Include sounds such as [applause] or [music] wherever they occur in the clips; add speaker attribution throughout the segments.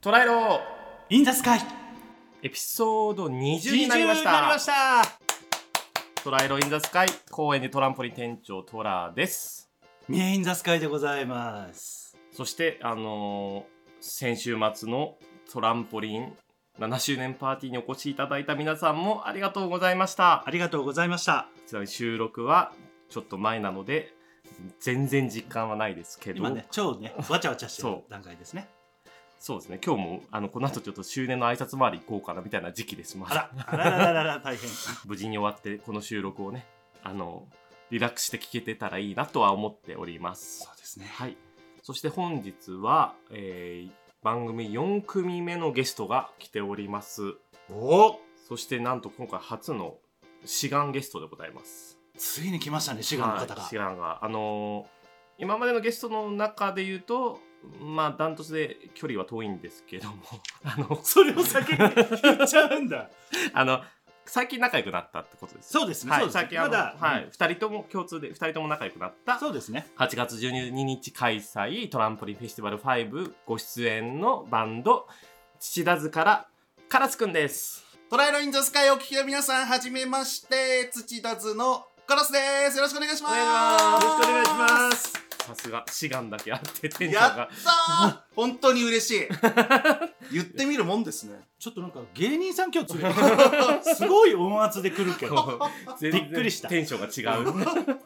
Speaker 1: トライロー
Speaker 2: インザスカイ
Speaker 1: エピソード20
Speaker 2: 20
Speaker 1: になりました
Speaker 2: なりました
Speaker 1: トライローインザスカイ公園でトランポリン店長トラです
Speaker 2: ミエインザスカイでございます
Speaker 1: そしてあのー先週末のトランポリン7周年パーティーにお越しいただいた皆さんもありがとうございました
Speaker 2: ありがとうございました
Speaker 1: ちなみに収録はちょっと前なので全然実感はないですけど
Speaker 2: 今ね超ね [laughs] わちゃわちゃしてる
Speaker 1: そ
Speaker 2: 段階ですね
Speaker 1: そうですね今日もあのこの後ちょっと周年の挨拶回り行こうかなみたいな時期ですま
Speaker 2: あ
Speaker 1: だ
Speaker 2: [laughs] らあららららら大変
Speaker 1: 無事に終わってこの収録をねあのリラックスして聞けてたらいいなとは思っております
Speaker 2: そうですね
Speaker 1: はいそして本日は、えー番組4組目のゲストが来ております
Speaker 2: おお
Speaker 1: そしてなんと今回初の志願ゲストでございます
Speaker 2: ついに来ましたね志願の方が、
Speaker 1: はい志願があのー今までのゲストの中で言うとまあダントツで距離は遠いんですけども [laughs] あの
Speaker 2: それを先に言っちゃうんだ
Speaker 1: あの最近仲良くなったってことです
Speaker 2: [laughs] そうですね、
Speaker 1: は
Speaker 2: そ
Speaker 1: い、
Speaker 2: うですね
Speaker 1: 先あの、
Speaker 2: だ、
Speaker 1: はい、2人とも共通で2人とも仲良くなった
Speaker 2: そうですね
Speaker 1: 8月12日開催トランポリンフェスティバル5ご出演のバンド土田津からカラスくんです
Speaker 3: トライロインザスカイをお聞きの皆さん、はじめまして、土田図のカラスです。よろしくお願いします。
Speaker 1: お願いしますよろしくお願
Speaker 3: いします。
Speaker 1: さすが志願だけあってテンシ
Speaker 3: や
Speaker 1: ョン
Speaker 3: っ
Speaker 1: が
Speaker 3: たー本当に嬉しい。 [laughs] 言ってみるもんですね。
Speaker 2: ちょっとなんか芸人さん今日 [laughs] 連れてすごい音圧で来るけど
Speaker 1: 全
Speaker 2: びっくりした
Speaker 1: テンションが違う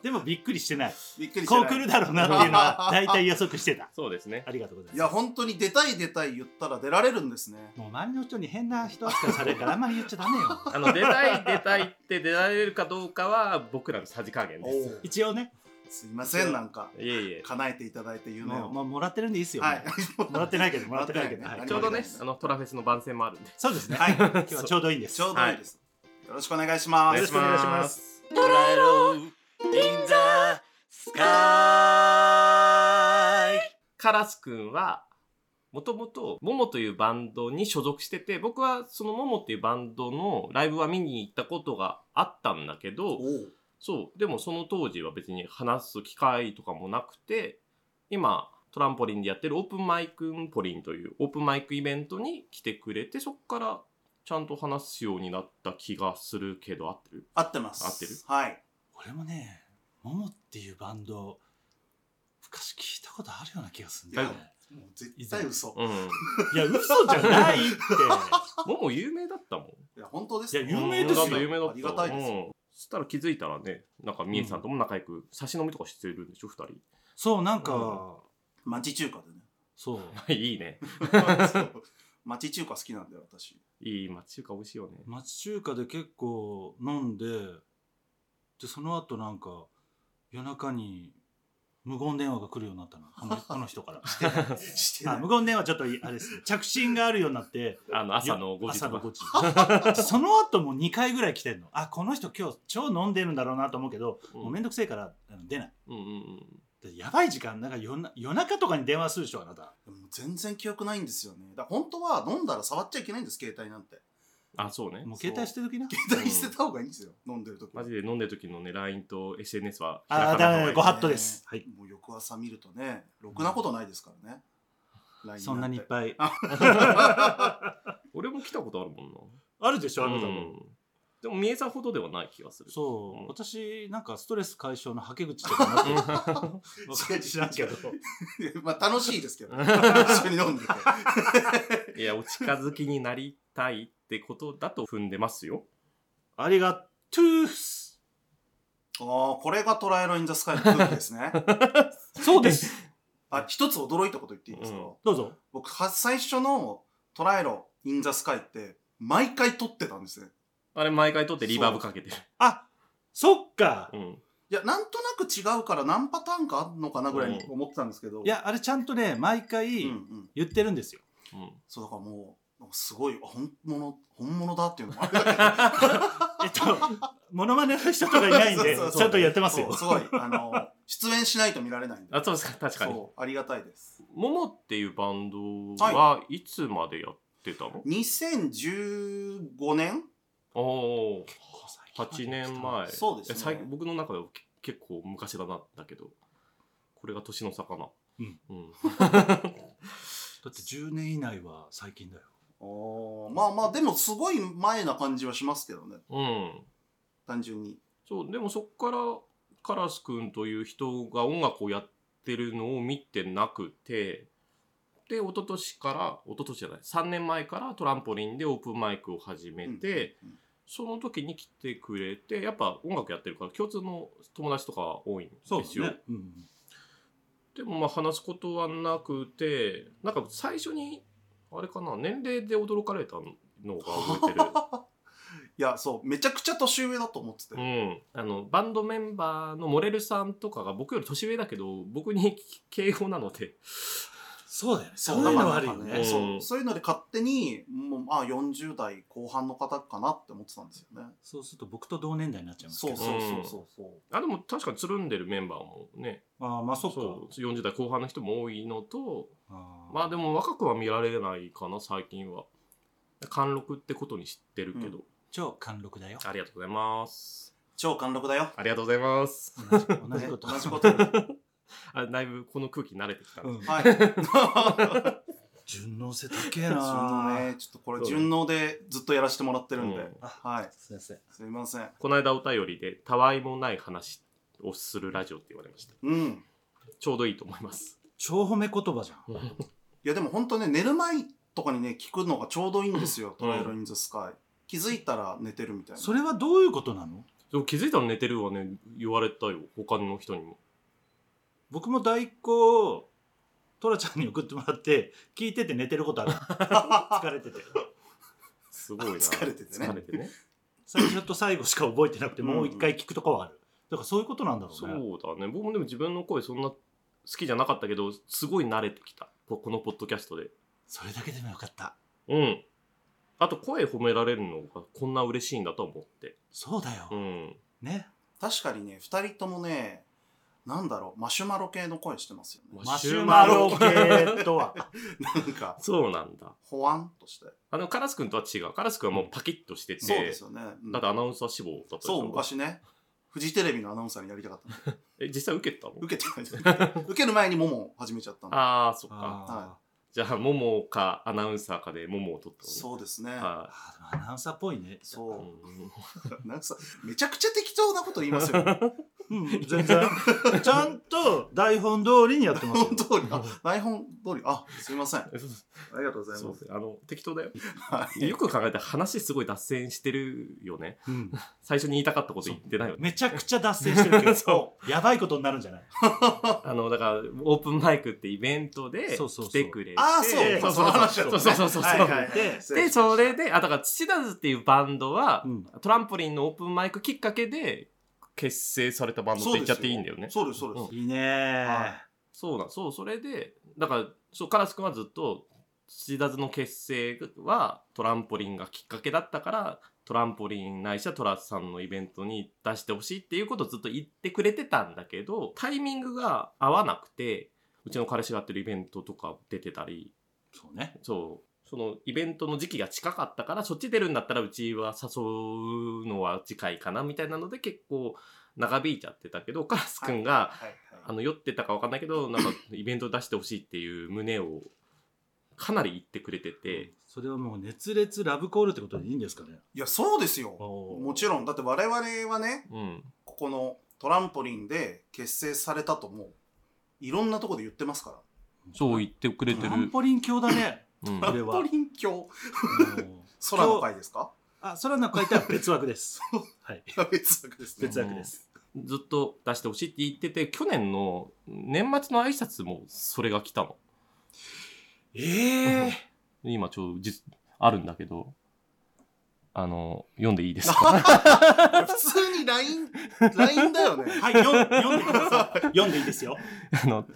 Speaker 2: でもびっくりしてない
Speaker 3: びっくりして
Speaker 2: こ
Speaker 3: な
Speaker 2: う
Speaker 3: い
Speaker 2: 来るだろうなっていうのは大体予測してた
Speaker 1: そうですね
Speaker 2: ありがとうござい
Speaker 3: い
Speaker 2: ま
Speaker 3: や、
Speaker 2: す
Speaker 3: 本当に出たい出たい言ったら出られるんですね。
Speaker 2: もう周りの人に変な人扱いされるからあんまり言っちゃダメ
Speaker 1: [laughs]
Speaker 2: よ
Speaker 1: あの出たい出たいって出られるかどうかは僕らのさじ加減です
Speaker 3: お
Speaker 2: 一応ね
Speaker 3: すいません、なんか、
Speaker 1: いえいえ
Speaker 3: 叶えていただいて夢
Speaker 2: も
Speaker 3: を。
Speaker 2: うもうもらってるんでいいですよ、
Speaker 3: はい。
Speaker 2: もらってないけどもらってないけど、
Speaker 3: もら
Speaker 2: は
Speaker 3: ってない
Speaker 2: い
Speaker 1: ちょうど
Speaker 3: ありがとうござい
Speaker 1: ね
Speaker 3: ます
Speaker 1: あのトラフェスの番宣もあるんで
Speaker 2: そうですね、
Speaker 3: はい
Speaker 2: 今日はちょうどいいんです
Speaker 3: [laughs] ちょうどいいです。よろしくお願いしま
Speaker 1: よろし。
Speaker 3: す
Speaker 1: くお願いします
Speaker 4: 捉えろインザスカイ
Speaker 1: カラスくんはもともとモモというバンドに所属してて僕はそのモモっていうバンドのライブは見に行ったことがあったんだけど
Speaker 3: おう
Speaker 1: そうでもその当時は別に話す機会とかもなくて今トランポリンでやってるオープンマイクンポリンというオープンマイクイベントに来てくれてそっからちゃんと話すようになった気がするけど合ってる
Speaker 3: 合ってます。
Speaker 1: 合ってる
Speaker 3: はい。
Speaker 2: 俺もねモモっていうバンド昔聞いたことあるような気がするんだよね
Speaker 3: もう絶対嘘。
Speaker 1: うん
Speaker 2: いや嘘じゃないって
Speaker 1: モモ有名だったもん
Speaker 3: いや、本当です
Speaker 2: いや有名ですよ
Speaker 1: うん有名だった
Speaker 3: ありがたいですよ。
Speaker 1: うんそしたら気づいたらねなんかみえさんとも仲良く差し飲みとかしてるんでしょ二人
Speaker 2: そうなんか、
Speaker 1: うん
Speaker 3: 町中華でね。
Speaker 2: そ
Speaker 1: [laughs]
Speaker 2: う
Speaker 1: いいね [laughs]
Speaker 3: そう町中華好きなんだよ、私。
Speaker 1: いい町中華美味しいよね
Speaker 2: 町中華で結構飲んででその後なんか夜中に無言電話が来るようになったのこのこの人から
Speaker 3: して
Speaker 2: あ無言電話ちょっといあれ [laughs] ですね着信があるようになって
Speaker 1: あの朝の5時
Speaker 2: 朝
Speaker 1: と
Speaker 2: の
Speaker 1: か
Speaker 2: 5時 [laughs] その後も2回ぐらい来てんのあこの人今日超飲んでるんだろうなと思うけど、
Speaker 1: うん
Speaker 2: もうめんどくせえからあの出ない
Speaker 1: うんうんうん
Speaker 2: でやばい時間なんか夜な夜中とかに電話するでしょあなた
Speaker 3: でも全然記憶ないんですよね。だから本当は飲んだら触っちゃいけないんです、携帯なんて。
Speaker 1: あそうね
Speaker 2: もう携帯してる時な
Speaker 3: 携帯捨てた方がいいんですよ、飲んでる時
Speaker 1: マジで飲んでる時のね LINE と SNS は
Speaker 2: あー
Speaker 1: 開かない方がいい
Speaker 2: だからご法度です
Speaker 3: ね
Speaker 2: はい
Speaker 3: もう翌朝見るとね、ろくなことないですからね。LINE
Speaker 2: そんなにいっ
Speaker 3: い。
Speaker 2: ぱい
Speaker 1: 俺も来たことあるもんな
Speaker 2: あるでしょあなたも、
Speaker 1: うんでも三重さんほどではない気がする
Speaker 2: そう、
Speaker 1: うん
Speaker 2: 私なんかストレス解消のはけ口とかなってるわかんない知らんけど
Speaker 3: [laughs] まあ楽しいですけど、
Speaker 1: [laughs]
Speaker 3: 一緒に飲んでて。
Speaker 1: [laughs] いやお近づきになりたいってことだと踏んでますよ
Speaker 2: ありがとうっす
Speaker 3: ああ、これがトライアロインザスカイの空気ですね。
Speaker 2: そうです
Speaker 3: あ、一つ驚いたこと言っていいですか、
Speaker 1: うん
Speaker 2: どうぞ
Speaker 3: 僕、は最初のトライアロインザスカイって、毎回撮ってたんですね。
Speaker 1: あれ毎回撮ってリバーブかけてる
Speaker 2: あそっか、
Speaker 1: うん
Speaker 3: いや、なんとなく違うから何パターンかあるのかなぐらいに思ってたんですけど。
Speaker 2: い、やあれちゃんとね毎
Speaker 3: うんう
Speaker 2: 回
Speaker 3: ん。
Speaker 2: 言ってるんですよ、
Speaker 1: うん
Speaker 3: そうだからもう、なんかすごい、あ本物、本物だっていうのもあれだ
Speaker 2: えっと、モノマネの人とかいないんで、
Speaker 3: そうそうそう
Speaker 2: ちゃんとやってま
Speaker 3: けど、
Speaker 2: す
Speaker 3: そ
Speaker 2: よ
Speaker 3: う。すごい、あの、出演しないと見られないんで。
Speaker 1: あそうですか確かに
Speaker 3: そう、ありがたいです。
Speaker 1: モモっていうバンドはいつまでやってたの、
Speaker 3: 2015年
Speaker 1: おお8年前
Speaker 3: そうですね
Speaker 1: え最近僕の中ではけ結構昔だなだけどこれが年の差かな
Speaker 2: うん、
Speaker 1: うん
Speaker 2: だって10年以内は最近だよ
Speaker 3: あーまあまあでもすごい前な感じはしますけどね
Speaker 1: うん
Speaker 3: 単純に
Speaker 1: そうでもそっからカラスくんという人が音楽をやってるのを見てなくてで一昨年から一昨年じゃない3年前からトランポリンでオープンマイクを始めて、
Speaker 3: うん
Speaker 1: その時に来てくれてやっぱ音楽やってるから共通の友達とか多いんですよ
Speaker 2: ね、うん、
Speaker 1: でもまあ話すことはなくてなんか最初にあれかな年齢で驚かれたのが覚え
Speaker 3: [laughs]
Speaker 1: てる。
Speaker 3: いやそうめちゃくちゃ年上だと思ってて、
Speaker 1: うん、あのバンドメンバーのモレルさんとかが僕より年上だけど僕に敬語なので
Speaker 2: そうだよね
Speaker 3: そ
Speaker 2: そうういうのはあるよ
Speaker 3: なん
Speaker 2: ね
Speaker 3: かねそう
Speaker 1: うん
Speaker 3: そういうので勝手にもうあ40代後半の方かなって思ってたんですよね
Speaker 2: そうすると僕と同年代になっちゃいますけ
Speaker 3: そう
Speaker 2: ど
Speaker 3: そうそうそうそ
Speaker 1: あでも確かにつるんでるメンバーもね
Speaker 2: ああまあそっか
Speaker 1: そう40代後半の人も多いのと
Speaker 2: あ
Speaker 1: まあで
Speaker 2: も
Speaker 1: も若くは見られないかな最近は貫禄ってことに知ってるけど、
Speaker 2: 超貫禄だよ
Speaker 1: ありがとうございます
Speaker 3: う超貫禄だよ
Speaker 1: ありがとうございます
Speaker 2: 同じ同じこと
Speaker 3: 同じこと
Speaker 1: あだいぶこの空気慣れてきた、
Speaker 2: うん
Speaker 3: はい
Speaker 2: [laughs] 順応性高え
Speaker 3: 順応
Speaker 2: な
Speaker 3: ねちょっとこれ順応でずっとやらせてもらってるんで、
Speaker 1: うん
Speaker 3: はい
Speaker 2: 先生
Speaker 3: すいません
Speaker 1: この間お便りでたわいもない話をするラジオって言われました
Speaker 3: うん
Speaker 1: ちょうどいいと思います
Speaker 2: 超褒め言葉じゃん
Speaker 3: いやでも本当ね寝る前とかにね聞くのがちょうどいいんですよ「トライアル・イン・ザ・スカイ」気づいたら寝てるみたいな
Speaker 2: それはどういうことなの
Speaker 1: でも気づいたら寝てるわね言われたよ他の人にも
Speaker 2: 僕も第一個をトラちゃんに送ってもらって聞いてて寝てる [laughs] ことある疲れてて
Speaker 1: すごいな
Speaker 3: [laughs] 疲れててね
Speaker 1: 疲れてね
Speaker 2: 最初と最後しか覚えてなくて
Speaker 3: うんうん
Speaker 2: もう一回聞くとかはあるだからそういうことなんだろ
Speaker 1: そうう
Speaker 2: ね
Speaker 1: だね僕もでも自分の声そんな好きじゃなかったけどすごい慣れてきたここのポッドキャストで
Speaker 2: それだけでもよかった
Speaker 1: うんあと声褒められるのがこんな嬉しいんだと思って
Speaker 2: そうだよ、
Speaker 1: うん
Speaker 2: ね
Speaker 3: [laughs] 確かにね2人ともねなんだろうマシュマロ系の声してますよね
Speaker 2: マシュマロ系とは
Speaker 3: なんか
Speaker 1: そうなんだ
Speaker 3: ほわんとして
Speaker 1: あのカラス君とは違うカラス君はもうパキッとしてて、
Speaker 3: そうですよね、うん
Speaker 1: だってアナウンサー志望だったでし
Speaker 3: そう
Speaker 1: ょ
Speaker 3: 昔ねフジテレビのアナウンサーになりたかったの
Speaker 1: え実 [laughs] 際受けたの
Speaker 3: 受けてない [laughs] 受ける前にモモを始めちゃったの
Speaker 1: ああそっか
Speaker 2: あ
Speaker 1: じゃあモモかアナウンサーかでモモを取ったのね
Speaker 3: そうですね
Speaker 2: ー
Speaker 1: は
Speaker 2: あーでもアナウンサーっぽいね
Speaker 1: い、
Speaker 3: そ
Speaker 1: う
Speaker 3: う
Speaker 1: ん
Speaker 3: なんかさめちゃくちゃ適当なこと言いますよね
Speaker 2: うん全然ちゃんと台本通りにやってますよ
Speaker 3: 本当にあ台本通りあすいませんあ
Speaker 1: えそうそう
Speaker 3: りがとうござい
Speaker 1: そう
Speaker 3: ま
Speaker 1: ですすあの適当だよ
Speaker 3: はい
Speaker 1: よく考えたら話すごい脱線してるよね
Speaker 2: うん
Speaker 1: 最初に言いたかったこと言ってないよね
Speaker 2: めちゃくちゃ脱線してる [laughs] けど
Speaker 1: そ
Speaker 2: やばいことになるんじゃない
Speaker 1: あのだからオープンマイクってイベントで
Speaker 2: そうそうそ
Speaker 1: 来
Speaker 2: う
Speaker 1: てくれて
Speaker 3: ああそう
Speaker 1: そうそう
Speaker 3: その
Speaker 1: そう
Speaker 3: 話だ
Speaker 1: そ
Speaker 3: っ
Speaker 1: う
Speaker 3: たね
Speaker 1: そうそうそう
Speaker 3: はいはいはい
Speaker 2: で
Speaker 3: 失礼
Speaker 1: で
Speaker 3: しま
Speaker 1: そ
Speaker 3: した
Speaker 1: れであだから土田ズっていうバンドは、
Speaker 2: うん
Speaker 1: トランポリンのオープンマイクきっかけで結成されたバンドって言っちゃっていいんだよね
Speaker 3: そうですそうです、
Speaker 1: うん
Speaker 2: いいねー、
Speaker 3: は
Speaker 1: そうなんそうそれでだからそうカラス君はずっと土田津の結成はトランポリンがきっかけだったからトランポリンないしはトラスさんのイベントに出してほしいっていうことをずっと言ってくれてたんだけどタイミングが合わなくてうちの彼氏がやってるイベントとか出てたり
Speaker 2: そうね
Speaker 1: そうそのイベントの時期が近かったからそっち出るんだったらうちは誘うのは次回かなみたいなので結構長引いちゃってたけどカラス君が、
Speaker 3: はいはい
Speaker 1: あの酔ってたかわかんないけどなんかイベント出してほしいっていう旨をかなり言ってくれてて、
Speaker 2: それはもう熱烈ラブコールってことでいいんですかね
Speaker 3: いやそうですよも
Speaker 2: も
Speaker 3: ちろんだって我々はね
Speaker 1: うん、
Speaker 3: ここのトランポリンで結成されたともいろんなとこで言ってますから
Speaker 1: そう言ってくれて
Speaker 2: ト
Speaker 1: る
Speaker 2: ラ、ンポリン教
Speaker 1: [laughs]
Speaker 2: だね
Speaker 1: うん
Speaker 2: こ
Speaker 3: ト
Speaker 2: れ
Speaker 3: ラン
Speaker 2: は
Speaker 3: ポリン教
Speaker 2: もう
Speaker 3: 空の会ですか
Speaker 2: あ空の会とは別枠です
Speaker 1: [laughs]
Speaker 2: はい
Speaker 3: いや別枠ですね
Speaker 2: 別枠です
Speaker 1: ずっと出してほしいって言ってて去年の年末の挨拶もそれが来たの
Speaker 2: ええ
Speaker 1: 今ちょうど実あるんだけどあの読んでいいですか
Speaker 3: 普通に [laughs] LINE LINE だよね
Speaker 2: はいよん読んでください読んでいいですよ
Speaker 1: [laughs] あの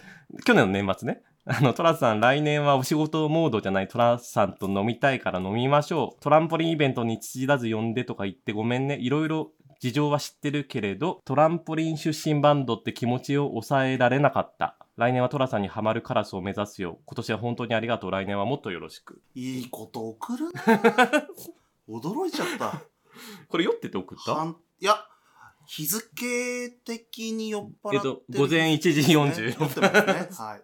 Speaker 1: 去年の年末ねあのトラスさん来年はお仕事モードじゃないトラスさんと飲みたいから飲みましょうトランポリンイベントに父だず呼んでとか言ってごめんねいろいろ事情は知ってるけれどトランポリン出身バンドって気持ちを抑えられなかった来年はトラさんにハマるカラスを目指すよ今年は本当にありがとう来年はもっとよろしく
Speaker 3: いいこと送る [laughs] なぁ驚いちゃった
Speaker 1: これ酔ってて送った
Speaker 3: 半いや日付的に酔っ払ってる
Speaker 1: えっと午前1時46
Speaker 3: 酔ってますねはい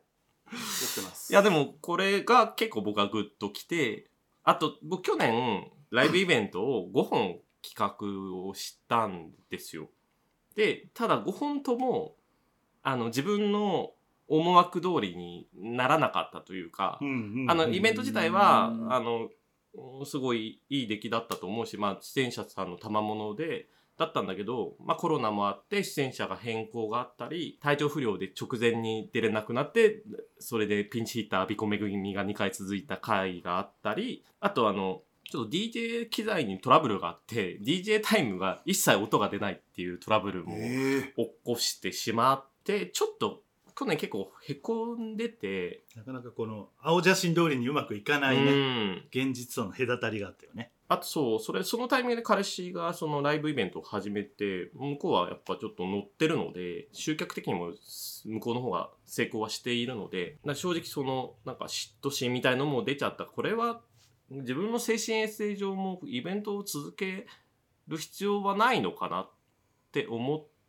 Speaker 3: ってます。
Speaker 1: いやでもこれが結構僕はグッときてあと僕去年ライブイベントを5本企画をしたんですよ。でただ5本ともあの自分の思惑通りにならなかったというか、あのイベント自体は
Speaker 3: うん
Speaker 1: あのすごいいい出来だったと思うし、まあ、出演者さんの賜物でだったんだけど、まあ、コロナもあって出演者が変更があったり体調不良で直前に出れなくなってそれでピンチヒッターアビコめぐみが2回続いた回があったりあとあのちょっと DJ 機材にトラブルがあって DJ タイムが一切音が出ないっていうトラブルも
Speaker 3: ええ
Speaker 1: 起こしてしまってちょっと去年結構へこんでて
Speaker 2: なかなかこの青写真通りにうまくいかないうね
Speaker 1: ん
Speaker 2: 現実との隔たりがあったよね
Speaker 1: あとそう、それ、そのタイミングで彼氏がそのライブイベントを始めて、向こうはやっぱちょっと乗ってるので、集客的にも向こうの方が成功はしているので、な正直その、なんか嫉妬心みたいのも出ちゃった。これは、自分の精神衛生上もイベントを続ける必要はないのかなって思っ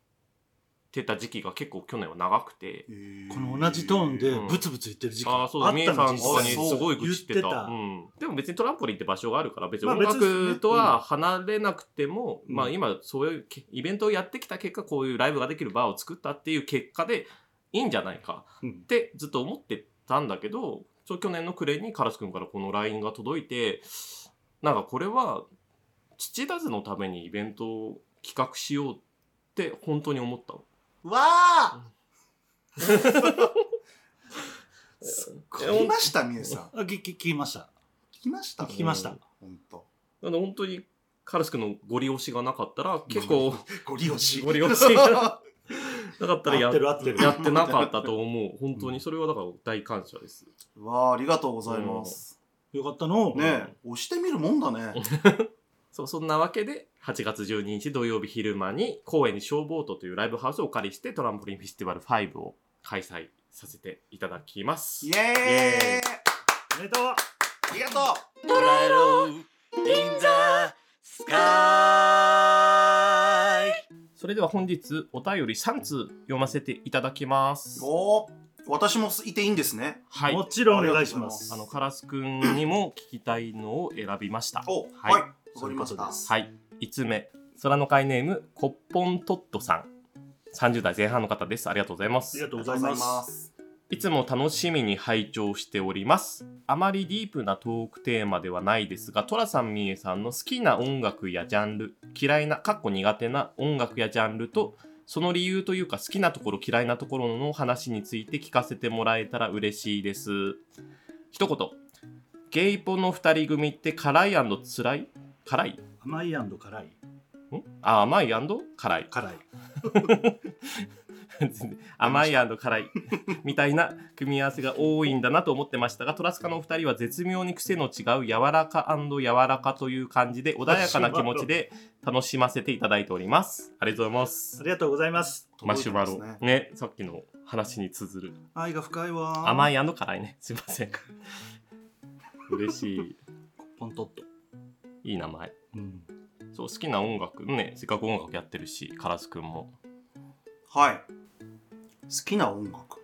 Speaker 1: てた時期が結構去年は長くて、
Speaker 3: ええ
Speaker 2: この同じトーンで
Speaker 1: うん
Speaker 2: ブツブツ言ってる時期
Speaker 1: ああ、そうだ、みえさんとかにす
Speaker 3: 実際
Speaker 1: ごい愚痴ってた。
Speaker 2: 言ってた
Speaker 1: うん、でも別にトランポリンって場所があるから、別に
Speaker 2: まあ
Speaker 1: 音
Speaker 2: 別ですね
Speaker 1: 楽とは離れなくても、
Speaker 2: うん
Speaker 1: まあ今そういうけイベントをやってきた結果、こういうライブができるバーを作ったっていう結果でいいんじゃないか
Speaker 2: うん
Speaker 1: ってずっと思ってたんだけど、そう去年の暮れにカラス君からこの LINE が届いて、なんかこれは土田図のためにイベントを企画しようって本当に思ったの。
Speaker 3: わあすっごい聞きました、みえさん。
Speaker 2: あきき聞きました
Speaker 3: 聞きました
Speaker 2: 聞きました。
Speaker 3: 本当。
Speaker 1: なので本当にカラス君のご利用しがなかったら結構、
Speaker 3: ご利用し。
Speaker 1: ご利用しがなかったらや
Speaker 2: 合ってる合ってる
Speaker 1: やってなかったと思 [laughs] う。本当にそれはだから大感謝です。
Speaker 3: わあ、ありがとうございます。
Speaker 2: よかったの
Speaker 3: ねえ、押してみるもんだ
Speaker 1: [laughs]
Speaker 3: ね。
Speaker 1: そうそんなわけで、8月12日土曜日昼間に、公園に消防とというライブハウスをお借りして、トランポリンフェスティバル5を開催させていただきます
Speaker 3: イ。エーイ
Speaker 2: おめでとう
Speaker 3: ありがとう
Speaker 4: 捉えろ In the sky
Speaker 1: それでは本日、お便り3通読ませていただきます。
Speaker 3: おお私もいていいんですね。
Speaker 1: はい。
Speaker 2: もちろんお願いします
Speaker 1: あの、カラスくんにも聞きたいのを選びました。
Speaker 3: おはい。わ、かりました。
Speaker 1: はい、5つ目空の会ネームコッポントットさん30代前半の方ですありがとうございま
Speaker 2: ありが
Speaker 1: す
Speaker 2: とうございます
Speaker 3: す。
Speaker 1: いつも楽しみに拝聴しておりますあまりディープなトークテーマではないですがトラさんみえさんの好きな音楽やジャンル嫌いなかっこ苦手な音楽やジャンルとその理由というか好きなところ嫌いなところの話について聞かせてもらえたら嬉しいです一言ゲイポの2人組って辛い辛い辛い
Speaker 2: 甘い辛い
Speaker 1: んあ甘い辛い [laughs]
Speaker 2: 辛い
Speaker 1: 甘い辛いみたいな組み合わせが多いんだなと思ってましたがトラスカのお二人は絶妙に癖の違う柔らか柔らかという感じで穏やかな気持ちで楽しませていただいておりますありがとうございま
Speaker 2: あ
Speaker 1: す
Speaker 2: りがとうございます
Speaker 1: マシュマロ
Speaker 3: 届いてますね
Speaker 1: ねさっきの話に通ずる
Speaker 2: 愛が深いわ
Speaker 1: 甘
Speaker 2: い
Speaker 1: い辛いねすいません嬉しい
Speaker 2: ポントッと
Speaker 1: いい名前
Speaker 2: うん
Speaker 1: そう好きな音楽ねせっかく音楽やってるしカラスくんも
Speaker 3: はい。好きな音楽。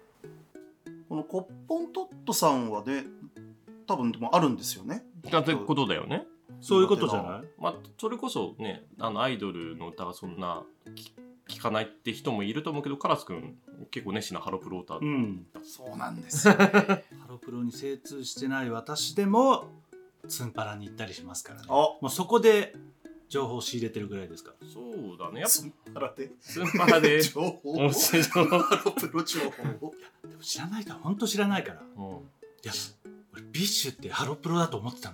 Speaker 3: このコッポントットさんはね、多分でもあるんですよね。
Speaker 1: だってことだよね
Speaker 2: そういうことじゃない
Speaker 1: まあ、それこそねあのアイドルの歌がそんなき聞かないって人もいると思うけどカラスくん結構熱心なハロプロ歌、
Speaker 2: うん
Speaker 3: そうなんですよ、ね。
Speaker 2: ハロプロに精通してない私でもツンパラに行ったりしますからね
Speaker 3: あ
Speaker 2: もうそこで情報を仕入れてるぐらいですから
Speaker 1: そうだねやっぱ
Speaker 3: スンパラで。
Speaker 1: スーパーで
Speaker 2: [laughs]
Speaker 3: 情報。
Speaker 1: 面白い
Speaker 3: ハロプロ情報。
Speaker 2: でも知らないから本当知らないからい
Speaker 1: [laughs] うん
Speaker 2: や俺ビッシュってハロプロだと思ってた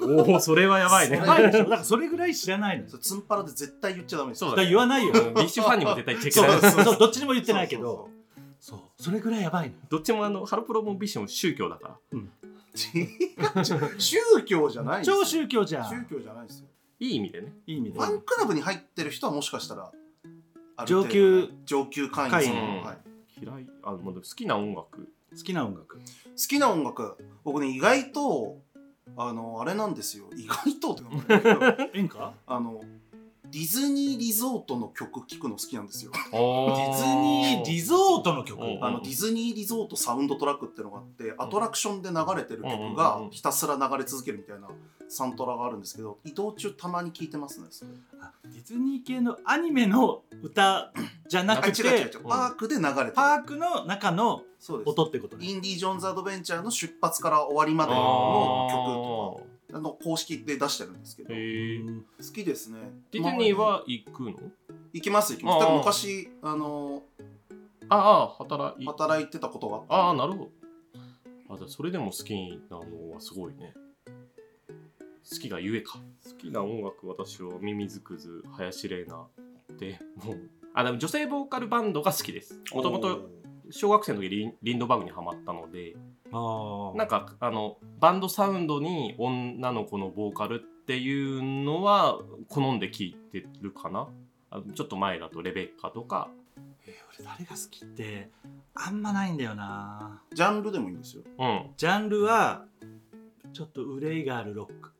Speaker 2: のよ
Speaker 1: おおそれはやばいね
Speaker 3: そ
Speaker 2: や
Speaker 3: れ
Speaker 1: だか
Speaker 2: ばいでしょだからそれぐらい知らないのよ
Speaker 3: それツンパラで絶対言っちゃダメです
Speaker 1: そう
Speaker 2: だから言わないよ
Speaker 1: らビッシュファンにも絶対チェックない
Speaker 3: そう
Speaker 2: そうどっちにも言ってないけど
Speaker 3: そう
Speaker 2: そうそれぐらいやばいのよ
Speaker 1: どっちもあのハロプロもビッシュも宗教だから
Speaker 3: そうそう違う違う宗教じゃないですよ
Speaker 2: 超宗教じゃ
Speaker 3: 宗
Speaker 2: ん
Speaker 3: 教じゃないですよ。
Speaker 1: いい意味でね
Speaker 2: いい意味で
Speaker 3: ファンクラブに入ってる人はもしかしたら、ある
Speaker 2: 上
Speaker 3: 程度
Speaker 2: 級
Speaker 3: ね上級会員さん
Speaker 1: 会員
Speaker 3: はい。
Speaker 1: 嫌いあのまあでも好きな音楽
Speaker 2: 好きな音楽
Speaker 3: 好きな音楽僕ね意外とあのあれなんですよ意外とっていうか
Speaker 2: 演歌
Speaker 3: あのディズニーリゾートの曲聴くの好きなんですよ。
Speaker 1: ディ
Speaker 2: ィズニーリゾートの曲
Speaker 1: うんうん
Speaker 3: あのディズニーリゾートサウンドトラックってのがあってアトラクションで流れてる曲
Speaker 1: うんうん
Speaker 3: が
Speaker 1: うん
Speaker 3: ひたすら流れ続けるみたいなサントラがあるんですけど移動中たまに聴いてますねそれ
Speaker 2: あディズニー系のアニメの歌じゃな
Speaker 3: あ
Speaker 2: く
Speaker 3: 違う違う違
Speaker 2: て
Speaker 3: うパークで流れてる
Speaker 2: パークの中の
Speaker 3: そうです
Speaker 2: 音ってことね
Speaker 3: インディ・ジョーンズ・アドベンチャーの出発から終わりまでの
Speaker 1: 曲
Speaker 3: 曲とかあの公式で出してるんですけど
Speaker 1: へ
Speaker 3: 好
Speaker 1: え
Speaker 2: うん
Speaker 3: きですね
Speaker 1: ディズニーは行くの
Speaker 3: 行きます行き
Speaker 1: あ
Speaker 3: ます
Speaker 1: ー
Speaker 3: 多分昔あの
Speaker 1: ああ働い
Speaker 3: 働いてたことがあった
Speaker 1: ああなるほどあじゃあそれでも好きなのはすごいね好きがゆえか好きな音楽私はミミズクズ林玲奈でもうあでも女性ボーカルバンドが好きですもともと小学生の時リンリンドバーグにはまったので
Speaker 2: あ
Speaker 1: なん
Speaker 2: あ
Speaker 1: かあのバンドサウンドに女の子のボーカルっていうのは好んで聴いてるかなあちょっと前だとレベッカとか
Speaker 2: えー俺誰が好きってあんまないんだよな
Speaker 3: ジャンルでもいいんですよ
Speaker 1: うん
Speaker 2: ジャンルはちょっと憂いがあるロック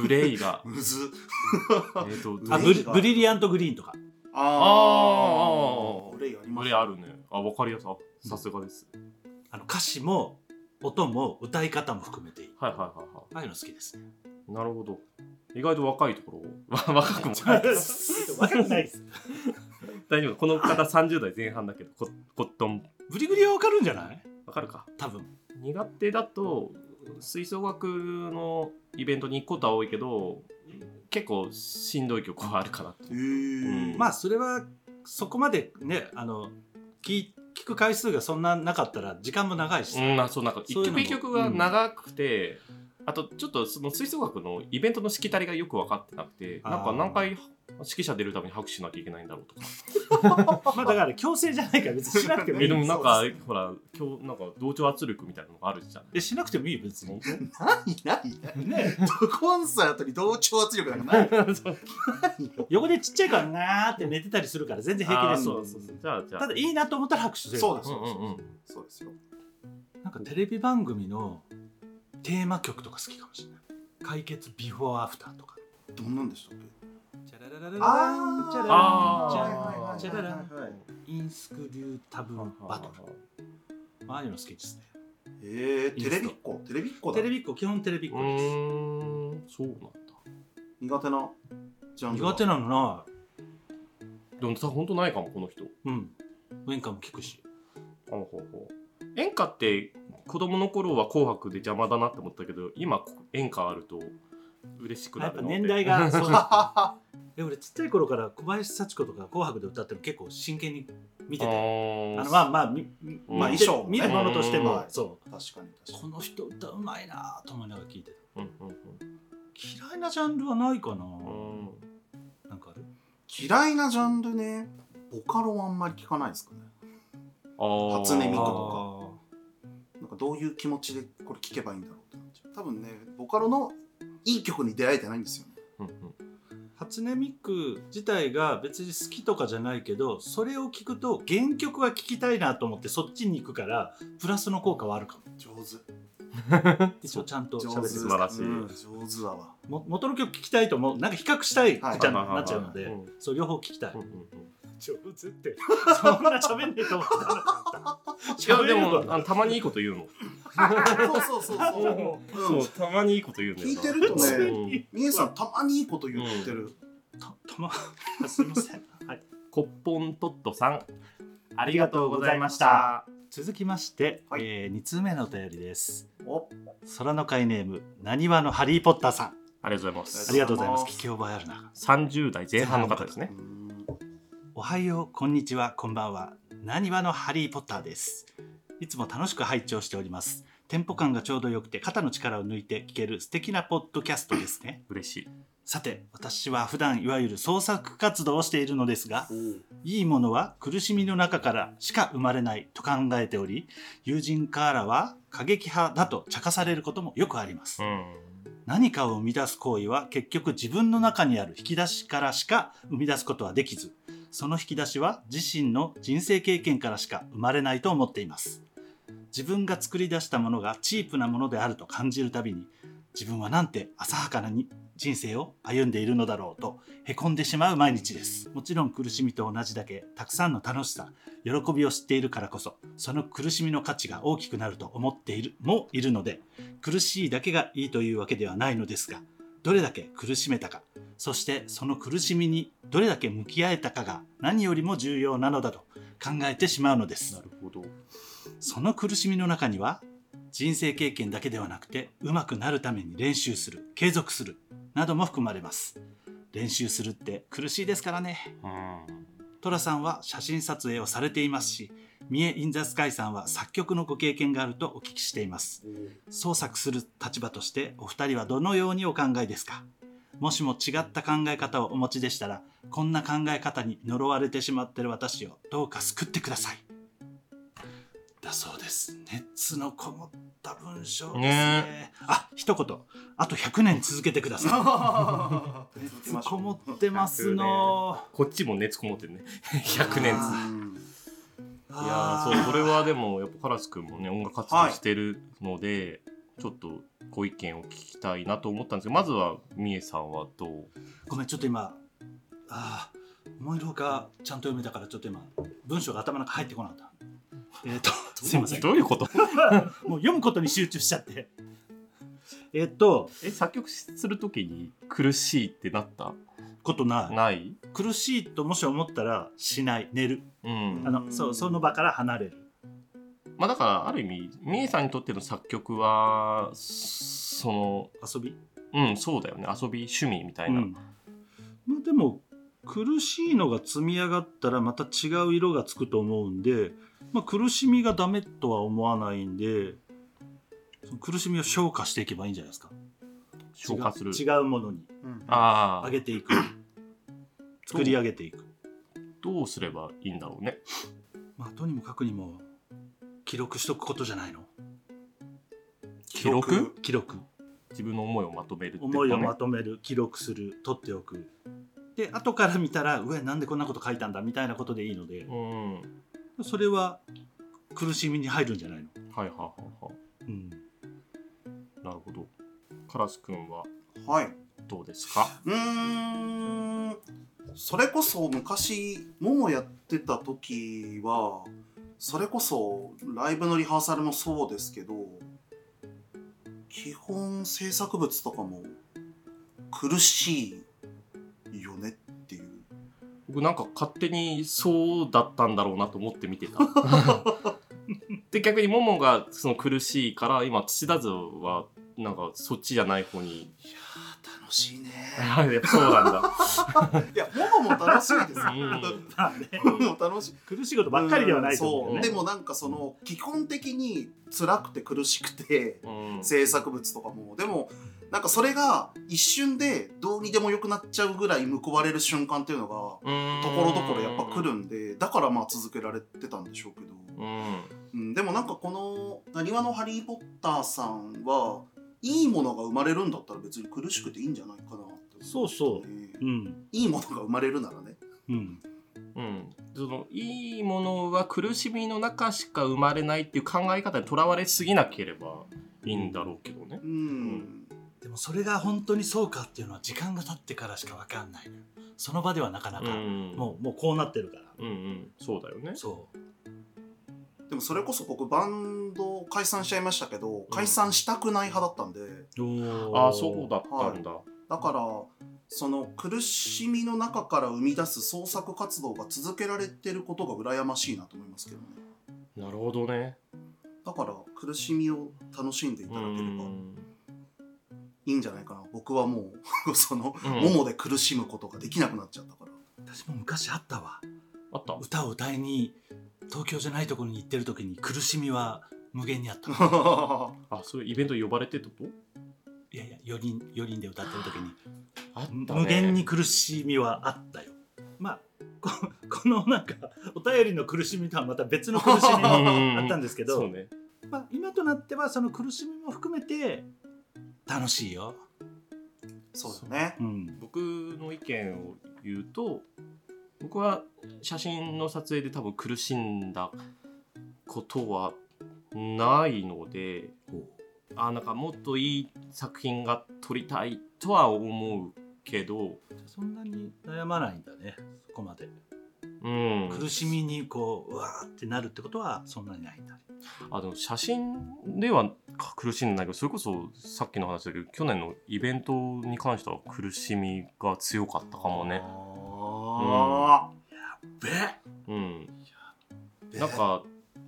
Speaker 1: ブレイが
Speaker 3: むず
Speaker 1: [laughs] えーと
Speaker 2: あブ
Speaker 3: 憂い
Speaker 2: リ
Speaker 3: がある
Speaker 2: ブリリアントグリーンとか
Speaker 1: あー
Speaker 3: ー憂いありま
Speaker 1: ブ
Speaker 3: す
Speaker 1: レあるねあわかりやすいあさすがです、
Speaker 2: あの歌詞も音も歌い方も含めていい
Speaker 1: はいはいはいは
Speaker 2: ああいうの好きですね
Speaker 1: いなるほど意外と若いところわ [laughs] 若くもない
Speaker 2: [laughs] かんないです
Speaker 1: [laughs] 大丈夫この方30代前半だけどココットン
Speaker 2: ブリグリはわかるんじゃない
Speaker 1: わかるか
Speaker 2: 多分
Speaker 1: 苦手だと吹奏楽のイベントに行くことは多いけど結構しんどい曲はあるかなって
Speaker 3: へー
Speaker 1: うん
Speaker 2: まあそれはそこまでねあの聞聞く回数がそんななかったら時間も長いしさ、
Speaker 1: うん、あそうなんか
Speaker 2: そう
Speaker 1: 一
Speaker 2: いうのも
Speaker 1: 曲一曲が長くて、あとちょっとその吹奏楽のイベントのしきたりがよく分かってなくて
Speaker 2: あー
Speaker 1: なんか何回指揮者出るために拍手しなきゃいけないんだろうとか
Speaker 2: まあだから強制じゃないから別にしなくてもい
Speaker 1: え
Speaker 2: い
Speaker 1: でもなん
Speaker 3: そ
Speaker 1: か
Speaker 3: うです
Speaker 1: ほら今日なんか同調圧力みたいなのがあるじゃない
Speaker 2: えしなくてもいいよ別に
Speaker 3: 何何
Speaker 2: ね
Speaker 3: コンサートに同調圧力なんか
Speaker 1: [laughs]
Speaker 3: ない
Speaker 2: [laughs] 横でちっちゃいからなーって寝てたりするから全然平気
Speaker 1: あ
Speaker 2: で
Speaker 1: ー
Speaker 2: す
Speaker 1: そうそうそうじゃあじゃあ
Speaker 2: ただいいなと思ったら拍手する
Speaker 3: そうです
Speaker 1: うん
Speaker 3: そう
Speaker 1: う
Speaker 3: です、
Speaker 1: んうん
Speaker 3: そうですよ
Speaker 2: なんかテレビ番組のテーマ曲とか好きかもしれない解決ビフォーアフターとか
Speaker 3: どんなんでしたっけ
Speaker 2: チャララララ
Speaker 3: あ
Speaker 2: ラ
Speaker 3: ー
Speaker 2: チャラ
Speaker 1: あー
Speaker 2: ラ
Speaker 1: はいはい
Speaker 2: ラ
Speaker 1: は
Speaker 2: ン
Speaker 1: い
Speaker 2: チャララン
Speaker 3: はいはい
Speaker 2: インスクリュータブバトルまあああいうの好きですね
Speaker 3: え
Speaker 2: い
Speaker 3: ー、
Speaker 2: いで
Speaker 3: テ
Speaker 2: すか
Speaker 3: レビっ子テレビっ子だ
Speaker 2: テレビっ子基本テレビっ
Speaker 1: う
Speaker 2: 子で
Speaker 1: ーんそうなんだ
Speaker 3: 苦手なジャン
Speaker 2: す
Speaker 3: ルだ
Speaker 2: 苦手なのな
Speaker 1: でもさ本当ないかもこの人
Speaker 2: うんウェンカも聞くし
Speaker 1: ほうほうほう演歌って子供の頃は「紅白」で邪魔だなって思ったけど今こ演歌あると嬉しくな
Speaker 2: やっ
Speaker 1: る
Speaker 2: ぱ
Speaker 1: ので
Speaker 2: 年代 [laughs] がそう
Speaker 3: ははは
Speaker 2: で俺ちっちゃい頃から小林幸子とか「紅白」で歌ってるの結構真剣に見て
Speaker 1: あ
Speaker 2: てあ
Speaker 1: ー
Speaker 2: のまあまあみ
Speaker 1: まあ
Speaker 2: 見
Speaker 3: 衣
Speaker 2: て
Speaker 3: 装もね
Speaker 2: 見るものとして
Speaker 3: うんうん
Speaker 2: も
Speaker 3: うん
Speaker 2: そう
Speaker 3: 確かに確か
Speaker 2: この人歌うまいなぁと思いながら聞いてた
Speaker 1: うんうん
Speaker 2: 嫌いなジャンルはないかな、
Speaker 1: うんうん
Speaker 2: なんかある
Speaker 3: に嫌いなジャンルねボカロはあんまり聞かないですかね
Speaker 1: あー
Speaker 3: 初音ミクとか
Speaker 2: あ
Speaker 3: なんかどういう気持ちでこれ聞けばいいんだろうってなっちゃう多分ねボカロのいい曲に出会えてないんですよね
Speaker 1: うんうん
Speaker 2: ー初音ミク自体が別に好きとかじゃないけどそれを聞くと原曲は聞きたいなと思ってそっちに行くからプラスの効果はあるかも
Speaker 3: 上手
Speaker 2: 一応ちゃんと
Speaker 3: 上
Speaker 2: 喋
Speaker 3: 手
Speaker 2: って
Speaker 1: 素晴らしい
Speaker 3: うん上手だわ
Speaker 2: も元の曲聞きたいと思うなんか比較したいじゃん、
Speaker 3: はい
Speaker 2: なっちゃうので、
Speaker 1: うん
Speaker 2: そう両方聞きたい、
Speaker 1: うんうんうん
Speaker 2: 上手ってそんな喋んねえと思って
Speaker 1: いや
Speaker 2: 喋れ
Speaker 1: で
Speaker 2: る
Speaker 1: も
Speaker 2: の
Speaker 1: あのたまにいいこと言うの。
Speaker 3: そうそうそ
Speaker 2: [laughs]
Speaker 3: うそう
Speaker 1: そううたまにいいこと言うんだよな。
Speaker 3: 聞いてるとね
Speaker 1: うん
Speaker 3: みえさんたまにいいこと言ってる、
Speaker 2: たたま [laughs] すいません、はい
Speaker 1: コッポントットさんありがとうございました。
Speaker 2: 続きまして、
Speaker 3: はい
Speaker 2: えー、2通目のお便りです
Speaker 3: お
Speaker 2: 空の会ネームなにわのハリー・ポッターさん
Speaker 1: ありがとうございます。
Speaker 2: ありがとうございます
Speaker 3: ありがとうご
Speaker 2: 聞き覚
Speaker 3: ざいます
Speaker 2: えあるな
Speaker 1: 三十代前半の方です
Speaker 3: う
Speaker 1: ね。
Speaker 3: ん
Speaker 2: おはようこんにちはこんばんはなにわのハリー・ポッターですいつも楽しく拝聴しておりますテンポ感がちょうど良くて肩の力を抜いて聞ける素敵なポッドキャストですね
Speaker 1: 嬉しい。
Speaker 2: さて私は普段いわゆる創作活動をしているのですが
Speaker 3: おう
Speaker 2: いいものは苦しみの中からしか生まれないと考えており友人からは過激派だと茶化されることもよくあります
Speaker 1: うん。
Speaker 2: 何かを生み出す行為は結局自分の中にある引き出しからしか生み出すことはできずその引き出しは自身の人生経験からしか生まれないと思っています自分が作り出したものがチープなものであると感じるたびに自分はなんて浅はかなに人生を歩んでいるのだろうとへこんでしまう毎日ですもちろん苦しみと同じだけたくさんの楽しさ喜びを知っているからこそその苦しみの価値が大きくなると思っているもいるので苦しいだけがいいというわけではないのですがどれだけ苦しめたかそしてその苦しみにどれだけ向き合えたかが何よりも重要なのだと考えてしまうのです
Speaker 1: なるほど。
Speaker 2: その苦しみの中には人生経験だけではなくて上手くなるために練習する継続するなども含まれます練習するって苦しいですからね
Speaker 1: うん。
Speaker 2: 寅さんは写真撮影をされていますし三重インザスカイさんは作曲のご経験があるとお聞きしています創作する立場としてお二人はどのようにお考えですかもしも違った考え方をお持ちでしたらこんな考え方に呪われてしまってる私をどうか救ってくださいだそうです熱のこもった文章ですね
Speaker 1: ね
Speaker 2: あ一言あと100年続けてください熱こもってますの
Speaker 1: こっちも熱こもってるね。100年 [laughs] 続
Speaker 2: あい
Speaker 1: いやーそうこれはでもやっぱカラス君もね音楽活動してるので、ちょっとご意見を聞きたいなと思ったんですけどまずはみえさんはどう
Speaker 2: ごめんちょっと今ああ思いのほかちゃんと読めたからちょっと今文章が頭の中入ってこなかったえっ、とすいません
Speaker 1: どういうこと
Speaker 2: [laughs] もう読むことに集中しちゃってえっと
Speaker 1: え作曲する時に苦しいってなった
Speaker 2: ことない
Speaker 1: ない
Speaker 2: 苦しいともし思ったらしない寝る
Speaker 1: うん
Speaker 2: あのそうその場から離れる
Speaker 1: まあだからある意味みえさんにとっての作曲はその
Speaker 2: 遊び、
Speaker 1: うんそうだよね遊び趣味みた
Speaker 2: う
Speaker 1: いな、
Speaker 2: んまあ、でも苦しいのが積み上がったらまた違う色がつくと思うんで、まあ、苦しみがダメとは思わないんでその苦しみを消化していけばいいんじゃないですか
Speaker 1: 消化する
Speaker 2: 違う違うものに
Speaker 1: あ
Speaker 2: 上
Speaker 1: あ
Speaker 2: げていく作り上げていく、
Speaker 1: どうすればいいんだろうね
Speaker 2: まあ、とにもかくにも記録しとくことじゃないの
Speaker 1: 記録
Speaker 2: 記録
Speaker 1: 自分の思いをまとめるってこと
Speaker 2: 思
Speaker 1: ね
Speaker 2: いをまとめる記録する取っておくで後から見たらうわなんでこんなこと書いたんだみたいなことでいいので
Speaker 1: うんはい
Speaker 2: それは苦しみに入るんじゃないの、
Speaker 1: はいはいはい
Speaker 2: うん、 [laughs]
Speaker 1: なるほど。カラス君は
Speaker 3: はい。
Speaker 1: どうですか。
Speaker 3: うーんそれこそ昔ももやってた時はそれこそライブのリハーサルもそうですけど基本制作物とかも苦しいよねっていう
Speaker 1: 僕なんか勝手にそうだったんだろうなと思って見て
Speaker 2: [laughs]
Speaker 1: た。で逆にももがその苦しいから今土田図はなんかそっちじゃない方
Speaker 2: [laughs]
Speaker 1: に。
Speaker 3: いやー楽しいね
Speaker 1: あやっぱそうなんだ。
Speaker 3: いやももも楽しいですよ
Speaker 1: うん
Speaker 2: まあね
Speaker 3: [laughs] ももも楽しい
Speaker 2: 苦しいことばっかりではないと思
Speaker 3: そうう
Speaker 2: ね
Speaker 3: でもなんかその基本的に辛くて苦しくて
Speaker 1: うん。
Speaker 3: 制作物とかもでもなんかそれが一瞬でどうにでもよくなっちゃうぐらい報われる瞬間っていうのがところどころやっぱ来る。んでだからまあ続けられてたんでしょうけど、
Speaker 1: うん。
Speaker 3: うん、でもなんかこのなにわの「ハリー・ポッター」さんはいいものが生まれるんだったら別に苦しくていいんじゃないかなって思いましたね
Speaker 2: そうそううん
Speaker 3: いいものが生まれるならね
Speaker 2: うん
Speaker 1: うん。そのいいものは苦しみの中しか生まれないっていう考え方にとらわれすぎなければいいんだろうけどね。
Speaker 3: うん、
Speaker 2: でもそれが本当にそうかっていうのは時間が経ってからしか分かんないのよその場ではなかなか、
Speaker 1: ん
Speaker 2: もうもうこうなってるから
Speaker 1: うんうんそうだよね。
Speaker 2: そう
Speaker 3: でもそれこそ僕バンド解散しちゃいましたけど解散したくない派だったんで、
Speaker 1: ああそうだったんだ。
Speaker 3: だからその苦しみの中から生み出す創作活動が続けられてることが羨ましいなと思いますけどね
Speaker 1: なるほどね。
Speaker 3: だから苦しみを楽しんでいただければいいんじゃないかな僕はもうその、
Speaker 1: うん
Speaker 3: ももで苦しむことができなくなっちゃったから [laughs]
Speaker 2: 私も昔あったわ
Speaker 1: あった。
Speaker 2: 歌を歌いに東京じゃないところに行ってる時に苦しみは無限にあった
Speaker 1: あ、そういうイベント呼ばれてってこと？
Speaker 2: いやいや4人4人で歌ってる時に
Speaker 1: あったね。
Speaker 2: 無限に。苦しみはあったよまあこ [laughs] このなんかお便りの苦しみとはまた別の苦しみも [laughs] あったんですけ
Speaker 1: そ
Speaker 2: ど、
Speaker 1: うね。
Speaker 2: まあ、今となってはその苦しみも含めて楽しいよ、
Speaker 3: そうだね
Speaker 2: うん、
Speaker 1: 僕の意見を言うと、僕は写真の撮影で多分苦しんだことはないので、あなんかもっといい作品が撮りたいとは思うけど、
Speaker 2: そんなに悩まないんだねそこまで
Speaker 1: うん、
Speaker 2: 苦しみにこううわーってなるってことはそんなにないんだ
Speaker 1: あでも写真ではか苦しんでないけどそれこそさっきの話だけど去年のイベントに関しては苦しみが強かったかもね。
Speaker 3: あ
Speaker 2: べ
Speaker 1: うん、
Speaker 3: ー
Speaker 1: なんか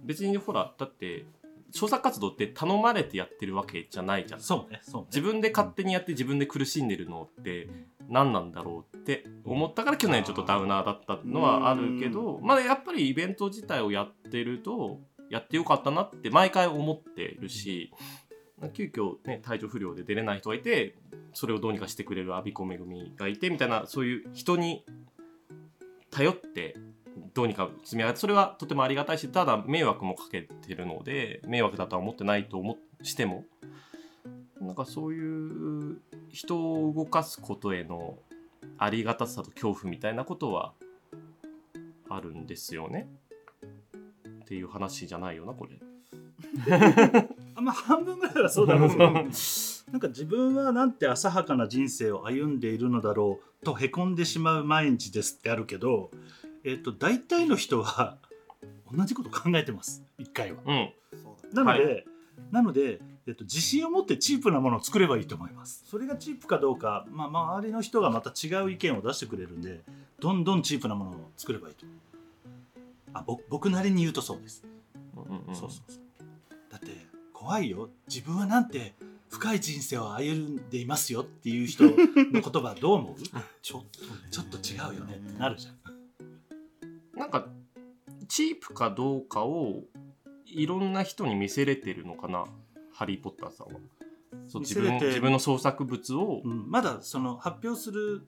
Speaker 1: 別にほらだって創作活動って頼まれてやってるわけじゃないじゃん
Speaker 2: そうねそうね
Speaker 1: 自分で勝手にやって自分で苦しんでるのって何なんだろうって思ったから去年ちょっとダウナーだったのはあるけどまあやっぱりイベント自体をやってるとやってよかったなって毎回思ってるし急遽ね体調不良で出れない人がいてそれをどうにかしてくれるアビコめぐみがいてみたいなそういう人に頼ってどうにか積み上がってそれはとてもありがたいしただ迷惑もかけてるので迷惑だとは思ってないと思してもなんかそういう人を動かすことへのありがたさと恐怖みたいなことはあるんですよね。っていう話じゃないよなこれ。
Speaker 2: あまあ半分ぐらいはそうだろうけどなんか自分はなんて浅はかな人生を歩んでいるのだろうとへこんでしまう毎日ですってあるけど、えっと大体の人は同じこと考えてます一回は。
Speaker 1: うん。
Speaker 3: そう
Speaker 2: な
Speaker 3: だね
Speaker 2: ので、なので、えっと、自信を持ってチープなものを作ればいいと思います。それがチープかどうか、まあ、周りの人がまた違う意見を出してくれるんで、どんどんチープなものを作ればいいと。あ、ぼ僕なりに言うとそうです。
Speaker 1: うんうん
Speaker 2: そうそうそう。だって、怖いよ。自分はなんて深い人生を歩んでいますよっていう人の言葉どう思う
Speaker 3: ちょっとね
Speaker 2: ちょっと違うよねってなるじゃん。
Speaker 1: なんかチープかどうかをいろんな人に見せれてるのかなハリー・ポッターさんは。そう
Speaker 2: 見
Speaker 1: 自
Speaker 2: せれて
Speaker 1: 分自分の創作物を、
Speaker 2: うん、まだその発表する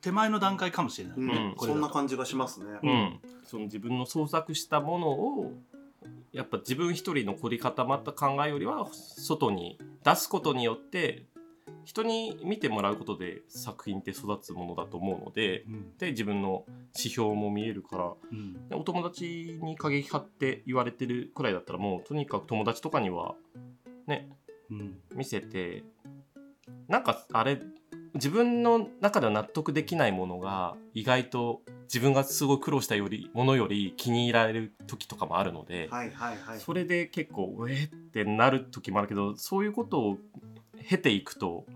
Speaker 2: 手前の段階かもしれない、
Speaker 3: うん
Speaker 2: ね
Speaker 1: うん
Speaker 2: これだ
Speaker 3: そん
Speaker 2: と
Speaker 3: な感じがしますね、
Speaker 1: うんその自分の創作したものをやっぱ自分一人の凝り固まった考えよりは外に出すことによって人に見てもらうことで作品って育つものだと思うので
Speaker 2: うん
Speaker 1: で自分の指標も見えるから
Speaker 2: うん
Speaker 1: でお友達に過激派って言われてるくらいだったらもうとにかく友達とかには
Speaker 2: うん
Speaker 1: 見せてなんかあれ自分の中では納得できないものが意外と自分がすごい苦労したよりものより気に入られる時とかもあるので、
Speaker 3: はいはいはい
Speaker 1: それで結構うえーってなる時もあるけどそういうことを経ていくと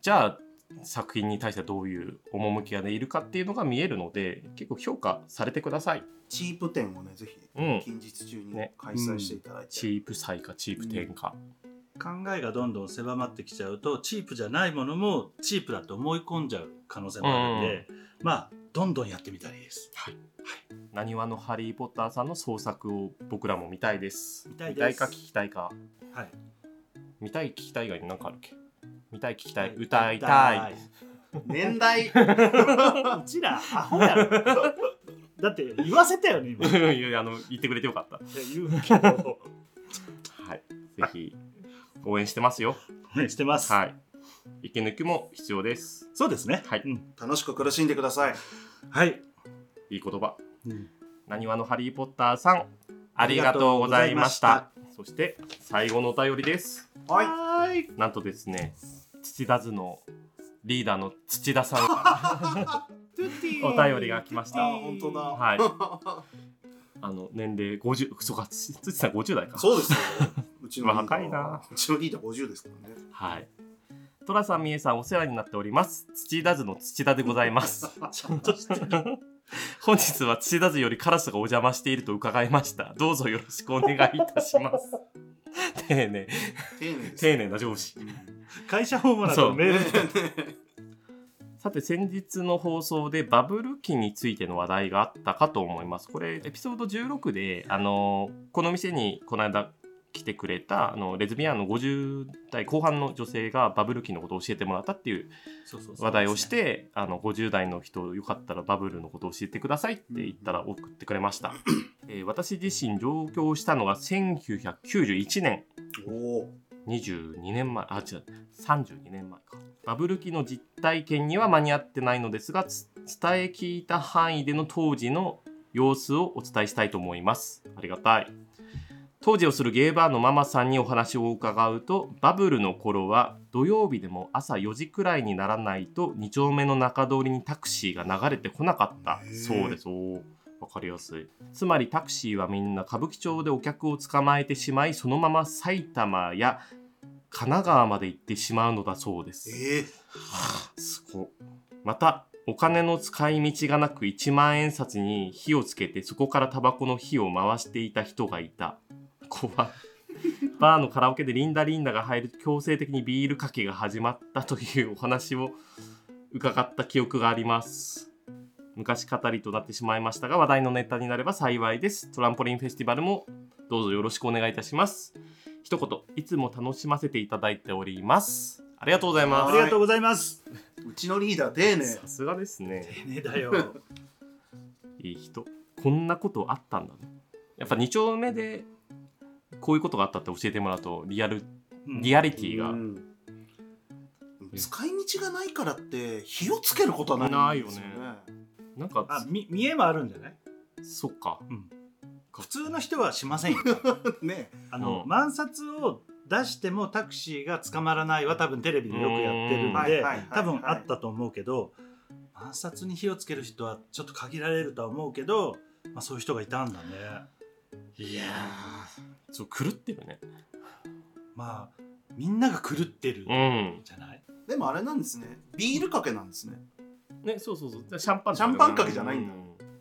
Speaker 1: じゃあ作品に対してどういう趣がいるかっていうのが見えるので結構評価されてください。
Speaker 3: チープ展をねぜひ
Speaker 1: うん、
Speaker 3: 近日中に
Speaker 1: ね
Speaker 3: 開催していただいて、
Speaker 1: チープ才かチープ天か。
Speaker 2: 考えがどんどん狭まってきちゃうとチープじゃないものもチープだと思い込んじゃう可能性もあるんで、まあどんどんやってみたらいいです。
Speaker 1: なにわのハリー・ポッターさんの創作を僕らも見たいです。
Speaker 2: 見たいです
Speaker 1: か聞きたいか。
Speaker 2: はい、
Speaker 1: 見たい聞きたい以外に何かあるっけ見たい聞きたい歌いたい。
Speaker 3: 年代
Speaker 2: うちらアホやろ。だって言わせたよね今。いや
Speaker 1: い [laughs] やあの言ってくれてよかった。
Speaker 2: 言うけど
Speaker 1: はい。ぜひ応援してますよ。
Speaker 2: 応援してます。
Speaker 1: はい。息抜きも必要です。
Speaker 2: そうですね。
Speaker 1: はい
Speaker 2: うん
Speaker 3: 楽しく苦しんでください
Speaker 2: はい。
Speaker 1: いい言葉。
Speaker 2: うん
Speaker 1: なにわのハリー・ポッターさん、ありがとうございました。そして最後のお便りです。
Speaker 3: はい
Speaker 2: はーい。
Speaker 1: なんとですね、土田図のリーダーの土田さん [laughs] からお便りが来まし
Speaker 3: あ
Speaker 1: た。
Speaker 3: 本当だ、
Speaker 1: はい。あの年齢50、そうか、つつちさん50代か。
Speaker 3: そうですようちのリーダー
Speaker 1: 若いな
Speaker 3: うちのリーダー50ですからね
Speaker 1: はい。トラさん、みえさん、お世話になっております。土田図の土田でございます。
Speaker 2: ちゃんとしてる。
Speaker 1: 本日は土田図よりカラスがお邪魔していると伺いました。どうぞよろしくお願いいたします。 [laughs] 丁寧、
Speaker 3: 丁寧ですね
Speaker 1: 丁寧な上司。
Speaker 2: 会社訪問だとメールで。
Speaker 1: さて先日の放送でバブル期についての話題があったかと思います。これエピソード16であのこの店にこの間来てくれたあのレズビアンの50代後半の女性がバブル期のことを教えてもらったっていう
Speaker 2: そうそうそう
Speaker 1: 話題をし。てあの50代の人よかったらバブルのことを教えてくださいって言ったら送ってくれま
Speaker 2: [laughs]
Speaker 1: した、えー私自身上京したのが1991年
Speaker 3: おお
Speaker 1: 22年前あ違う32年前かバブル期の実体験には間に合ってないのですがつ伝え聞いた範囲での当時の様子をお伝えしたいと思いますありがたい当時をするゲーバーのママさんにお話を伺うとバブルの頃は土曜日でも朝4時くらいにならないと2丁目の中通りにタクシーが流れてこなかった
Speaker 3: へえ
Speaker 1: そうですおーわかりやすいつまりタクシーはみんな歌舞伎町でお客を捕まえてしまいそのまま埼玉や神奈川まで行ってしまうのだそうです
Speaker 3: ええ
Speaker 1: すごっまたお金の使い道がなく1万円札に火をつけてそこからタバコの火を回していた人がいた怖いバーのカラオケでリンダリンダが入ると強制的にビールかけが始まったというお話を伺った記憶があります昔語りとなってしまいましたが話題のネタになれば幸いですトランポリンフェスティバルもどうぞよろしくお願いいたします一言いつも楽しませていただいておりますありがとうございます
Speaker 2: ありがとうございます。
Speaker 3: うちのリーダー丁寧
Speaker 1: さすがですね
Speaker 2: ねだよ。
Speaker 1: いい人こんなことあったんだねやっぱ2丁目でこういうことがあったって教えてもらうとリアルリ
Speaker 2: ア
Speaker 1: アリティが、
Speaker 3: うん使い道がないからって火をつけることはないんですよね
Speaker 1: ないなんか
Speaker 2: あみ見えもあるんじゃない
Speaker 1: そっか
Speaker 2: 普通の人はしませんよ。
Speaker 3: [laughs] ね
Speaker 2: あの、
Speaker 1: うん
Speaker 2: 万札を出してもタクシーが捕まらないは多分テレビでよくやってるん
Speaker 1: うんはい
Speaker 2: で
Speaker 3: はいはい
Speaker 2: 多分あったと思うけど万札に火をつける人はちょっと限られるとは思うけど、まあ、そういう人がいたんだね。
Speaker 1: いやーちょっと狂ってるね
Speaker 2: まあみんなが狂ってる
Speaker 1: う
Speaker 2: じゃない、
Speaker 3: でもあれなんですねビールかけなんですね
Speaker 1: んねそうそうそうシャンパン
Speaker 3: シャンパンかけじゃないんだ
Speaker 1: う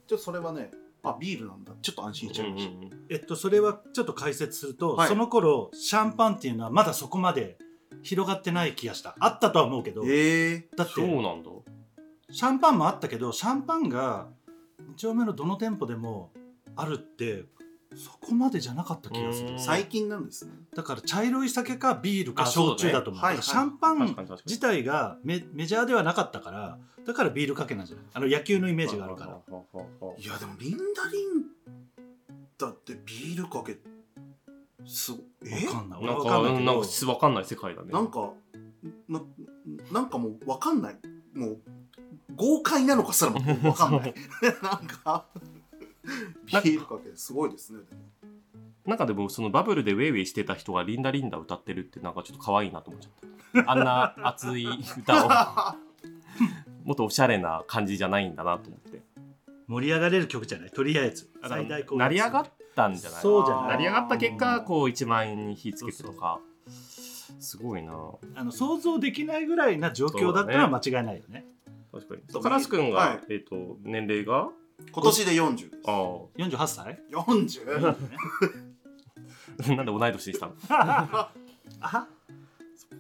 Speaker 3: ちょっとそれはねあビールなんだちょっと安心しちゃいました、
Speaker 2: えっと、それはちょっと解説すると、
Speaker 3: はい
Speaker 2: その頃シャンパンっていうのはまだそこまで広がってない気がしたあったとは思うけど、
Speaker 3: ええ
Speaker 2: だって
Speaker 1: そうなんだ
Speaker 2: シャンパンもあったけどシャンパンが2丁目のどの店舗でもあるってそこまでじゃなかった気がする
Speaker 1: うん
Speaker 3: 最近なんですね
Speaker 2: だから茶色い酒かビールか
Speaker 1: あそうだね
Speaker 2: 焼酎だと思う
Speaker 3: はい
Speaker 2: だからシャンパ
Speaker 1: 確
Speaker 2: ン
Speaker 1: かに確かに
Speaker 2: 自体がメメジャーではなかったからだからビールかけなんじゃないあの野球のイメージがあるから
Speaker 1: ははははい
Speaker 3: やでもリンダリンダってビールかけすごえ
Speaker 2: わかんない俺
Speaker 1: な
Speaker 2: は
Speaker 1: ん
Speaker 2: わか
Speaker 1: か
Speaker 2: んない
Speaker 1: うん
Speaker 2: け
Speaker 1: なん
Speaker 2: ど
Speaker 1: かわかんない世界だね
Speaker 3: なんかななんかもう分かんないもう豪快なのかすらも分かんない [laughs] なんかビールかけすごいですねでも
Speaker 1: なんかでもそのバブルでウェイウェイしてた人が「リンダリンダ」歌ってるってなんかちょっと可愛いなと思っちゃったあんな熱い歌をもっとおしゃれな感じじゃないんだなと思って
Speaker 2: 盛り上がれる曲じゃないとりあえず
Speaker 1: だから
Speaker 2: 最大公
Speaker 1: 成り上がったんじゃない
Speaker 2: そうじゃな
Speaker 1: 成
Speaker 2: い
Speaker 1: り上がった結果こう1万円に火つけてとかすごいな
Speaker 2: あの想像できないぐらいな状況だったら間違いないよね
Speaker 1: 確かにカラス君が、
Speaker 3: はい
Speaker 1: えっ、と年齢が
Speaker 3: 今年で40です
Speaker 1: ああ [laughs]
Speaker 2: 48歳
Speaker 3: 40?
Speaker 1: なんで同い年にしたの
Speaker 2: あ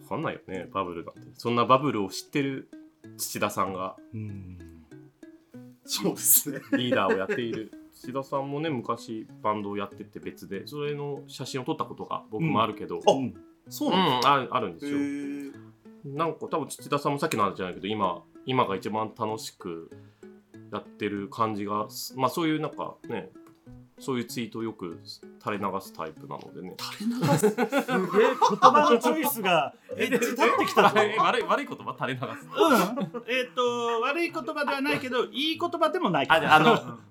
Speaker 1: 分かんないよねバブルなんてそんなバブルを知ってる土田さんが
Speaker 2: うん
Speaker 3: そうですね
Speaker 1: リーダーをやっている土田さんもね昔バンドをやってて別でそれの写真を撮ったことが僕もあるけど、うん
Speaker 2: うん
Speaker 3: そうなんで
Speaker 1: ああるんですす
Speaker 3: よ
Speaker 1: よ、
Speaker 3: へー
Speaker 1: なんか多分土田さんもさっきの話じゃないけど今今が一番楽しくやってる感じがすまあそういうなんかねそういうツイートをよく垂れ流すタイプなのでね
Speaker 2: すげえ言葉のチョイスがエッジ立ってきたぞ
Speaker 1: え [laughs] 悪い悪い言葉垂れ流す
Speaker 2: うん、えっ、と悪い言葉ではないけどいい言葉でもない
Speaker 1: あじゃあ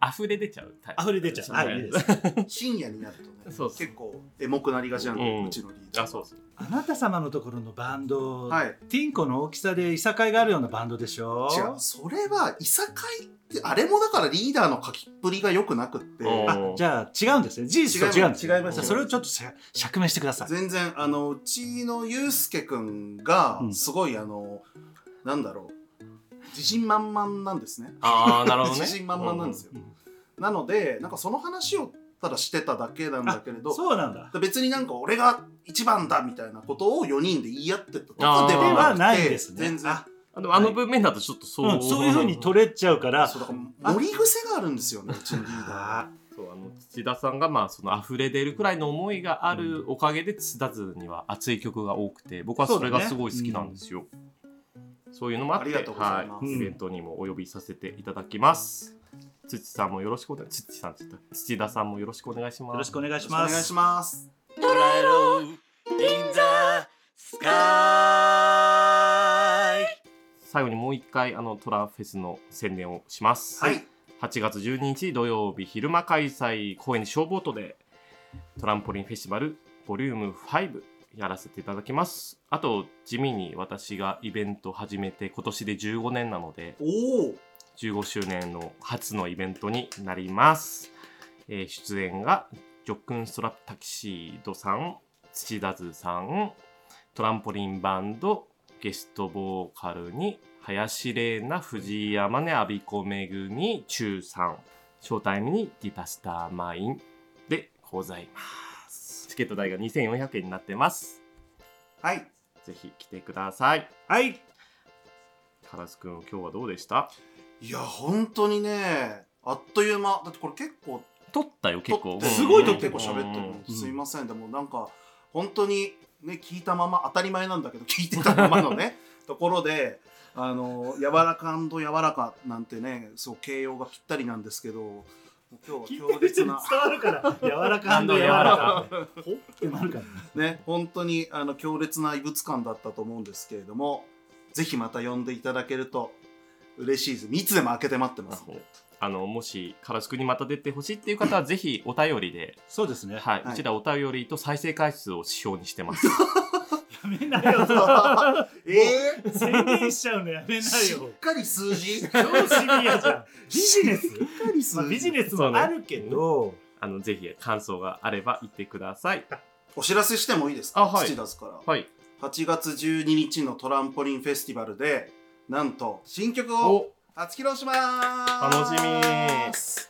Speaker 1: あ [laughs] の溢れ出ちゃうタイプ
Speaker 2: 溢れ出ちゃう、
Speaker 1: は
Speaker 2: はい、い
Speaker 1: い
Speaker 2: いです
Speaker 3: 深夜になるとね
Speaker 1: そうそう
Speaker 3: 結構エモくなりがちなんで、う
Speaker 1: うん
Speaker 3: ちのリーダー
Speaker 1: あそうそう
Speaker 2: あなた様のところのバンド、
Speaker 3: はい違
Speaker 2: ティンコの大きさでいさかいがあるようなバンドでしょ
Speaker 3: うそれはいさかいってあれもだからリーダーの書きっぷりが良くなくって
Speaker 1: うん
Speaker 2: あじゃあ違うんですね事実と違うんですね
Speaker 3: 違います
Speaker 2: じゃあそれをちょっとせ釈明してください
Speaker 3: 全然あのうちのゆうすけくんが
Speaker 2: うん
Speaker 3: すごい、あのなんだろう自信満々なんですね
Speaker 1: ああなるほどね
Speaker 3: 自信満々なんですよ、なのでなんかその話をただしてただけなんだけれど
Speaker 2: そうなんだ
Speaker 3: 別になんか俺が一番だみたいなことを4人で言い合ってたと
Speaker 1: あ
Speaker 3: か
Speaker 1: ー
Speaker 3: ではなくて
Speaker 2: ではないですね
Speaker 3: 全然
Speaker 2: あ
Speaker 1: あでもあの文面だとちょっとそう、
Speaker 2: うん、そういうふうに取れちゃうから
Speaker 3: そうだから盛り癖があるんですよねうちのリーダー
Speaker 2: あ
Speaker 1: そうあの土田さんがまあその溢れ出るくらいの思いがあるおかげで土田津には熱い曲が多くて僕はそれがすごい好きなんですよ。そういうのもあって
Speaker 3: ありがとうございます
Speaker 1: はい、イベントにもお呼びさせていただきます。土さんもよろしくお願い土さんって言った土田さんもよろしくお願いします。
Speaker 2: よろしくお願い
Speaker 3: よろし
Speaker 2: し
Speaker 3: くお願
Speaker 2: ま
Speaker 3: いし
Speaker 2: す
Speaker 3: ます
Speaker 4: 捉えろ銀座スカイ
Speaker 1: 最後にもう一回あのトラフェスの宣伝をします。
Speaker 3: はい
Speaker 1: 8月12日土曜日昼間開催公演消防とでトランポリンフェスティバルボリューム5やらせていただきますあと地味に私がイベント始めて今年で15年なので
Speaker 3: おお
Speaker 1: 15周年の初のイベントになります、えー出演がジョックンストラップタキシードさん土田図さんトランポリンバンドゲストボーカルに林玲奈藤井山根阿比子めぐみ中さんショータイムにディパスターマインでございますチケット代が2400円になってます
Speaker 3: はい
Speaker 1: ぜひ来てください
Speaker 2: はい
Speaker 1: カラスくん今日はどうでした
Speaker 3: いや本当にねあっという間だってこれ結構
Speaker 1: 撮ったよ結構
Speaker 3: 撮って
Speaker 2: すごい撮
Speaker 3: と
Speaker 2: って
Speaker 3: 結
Speaker 2: る
Speaker 3: 構喋ってる、
Speaker 1: うん
Speaker 2: うん
Speaker 3: すいませんでもなんか本当にね聞いたまま当たり前なんだけど [laughs] 聞いてたままのねところであの柔らか柔らかなんてねそう形容がぴったりなんですけどもう今日は強烈
Speaker 2: [laughs]
Speaker 3: な
Speaker 2: 伝わるから柔らか
Speaker 1: 柔ら
Speaker 2: かほってなるから
Speaker 3: ね本当にあの強烈な異物感だったと思うんですけれどもぜひまた呼んでいただけると嬉しいですいつでも開けて待って [laughs] ますんで
Speaker 1: あのもしカラスくんにまた出てほしいっていう方
Speaker 3: [laughs]
Speaker 1: はぜひお便りで、
Speaker 2: そうですね
Speaker 1: はい
Speaker 3: はいう
Speaker 1: ちらお便りと再生回数を指標にしてます
Speaker 3: [laughs]
Speaker 2: やめなよ
Speaker 3: えー
Speaker 2: 宣言しちゃうのやめな
Speaker 3: し
Speaker 2: よ
Speaker 3: っかり数字 [laughs] しっか
Speaker 2: 超シビアじゃんビジネス、
Speaker 3: り数
Speaker 2: まあ、ビジ
Speaker 3: 字
Speaker 2: ネスもあるけど、
Speaker 1: あのぜひ感想があれば言ってください
Speaker 3: お知らせしてもいいですか
Speaker 1: あはい
Speaker 3: 土出すから
Speaker 1: はい
Speaker 3: 8月12日のトランポリンフェスティバルでなんと新曲を
Speaker 1: お
Speaker 3: 初披露します
Speaker 1: 楽しみ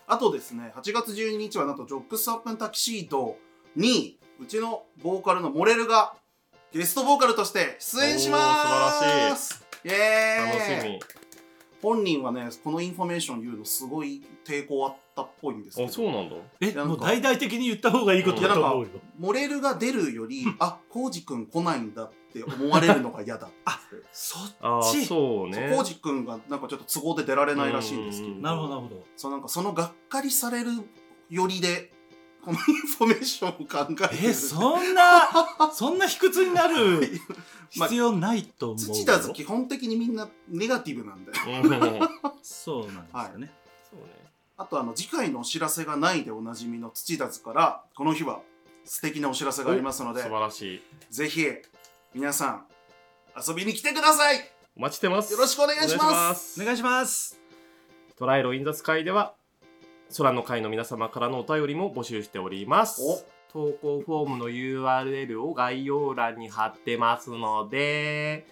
Speaker 3: あとですね8月12日はなんとジョックスアップンタキシードにうちのボーカルのモレルがゲストボーカルとして出演しま
Speaker 1: お
Speaker 3: す
Speaker 1: ー素晴ら
Speaker 3: しいイエー
Speaker 1: 楽し
Speaker 3: イ
Speaker 1: み
Speaker 3: 本人はねこのインフォメーション言うのすごい抵抗あったっぽいんですけ
Speaker 1: あそう
Speaker 3: ど
Speaker 1: なんだ
Speaker 2: えもう大々的に言った方がいいことだと思うよ
Speaker 3: モレルが出るよりあコウジ君来ないんだって思われるのが嫌だあ
Speaker 2: そ
Speaker 1: あ
Speaker 2: ち
Speaker 1: ーそうね
Speaker 3: コウジ君がなんかちょっと都合で出られないらしいんですけど
Speaker 1: うん
Speaker 2: なるほどなるほど
Speaker 3: そうなんかそのがっかりされるよりでこのインフォメーションを考えて
Speaker 2: え
Speaker 3: [laughs]
Speaker 2: そんなそんな卑屈になる必要ないと思うよ、
Speaker 3: 土田図基本的にみんなネガティブなんで [laughs]
Speaker 1: うんそうね
Speaker 2: そうなんですよね、
Speaker 3: あとあの次回のお知らせがないでおなじみの土田図からこの日は素敵なお知らせがありますの
Speaker 1: 素
Speaker 3: で
Speaker 1: 晴らしい
Speaker 3: ぜひ皆さん遊びに来てくださいよ
Speaker 1: お待ちしてます
Speaker 3: ろしくお願いします
Speaker 1: す
Speaker 2: お願いします
Speaker 1: トライロインザスカイでは空の会の皆様からのお便りも募集しております
Speaker 3: お
Speaker 1: 投稿フォームの URL を概要欄に貼ってますので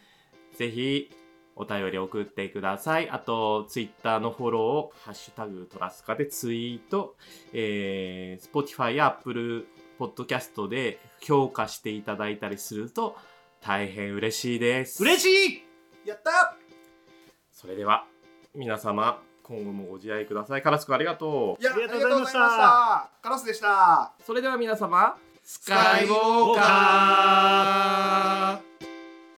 Speaker 1: ぜひお便り送ってくださいあと Twitter のフォローを「ハッシュタグトラスカ」でツイート、えー、Spotify や Apple Podcast で評価していただいたりすると大変嬉しいです
Speaker 2: 嬉しい
Speaker 3: やった
Speaker 1: それでは皆様今後もご自愛くださいカラスくんありがと
Speaker 3: いや
Speaker 2: ありがとうございました
Speaker 3: ありがとうございましたカラスでした
Speaker 1: うそれでは皆様ス
Speaker 3: カイウォ
Speaker 2: ーカー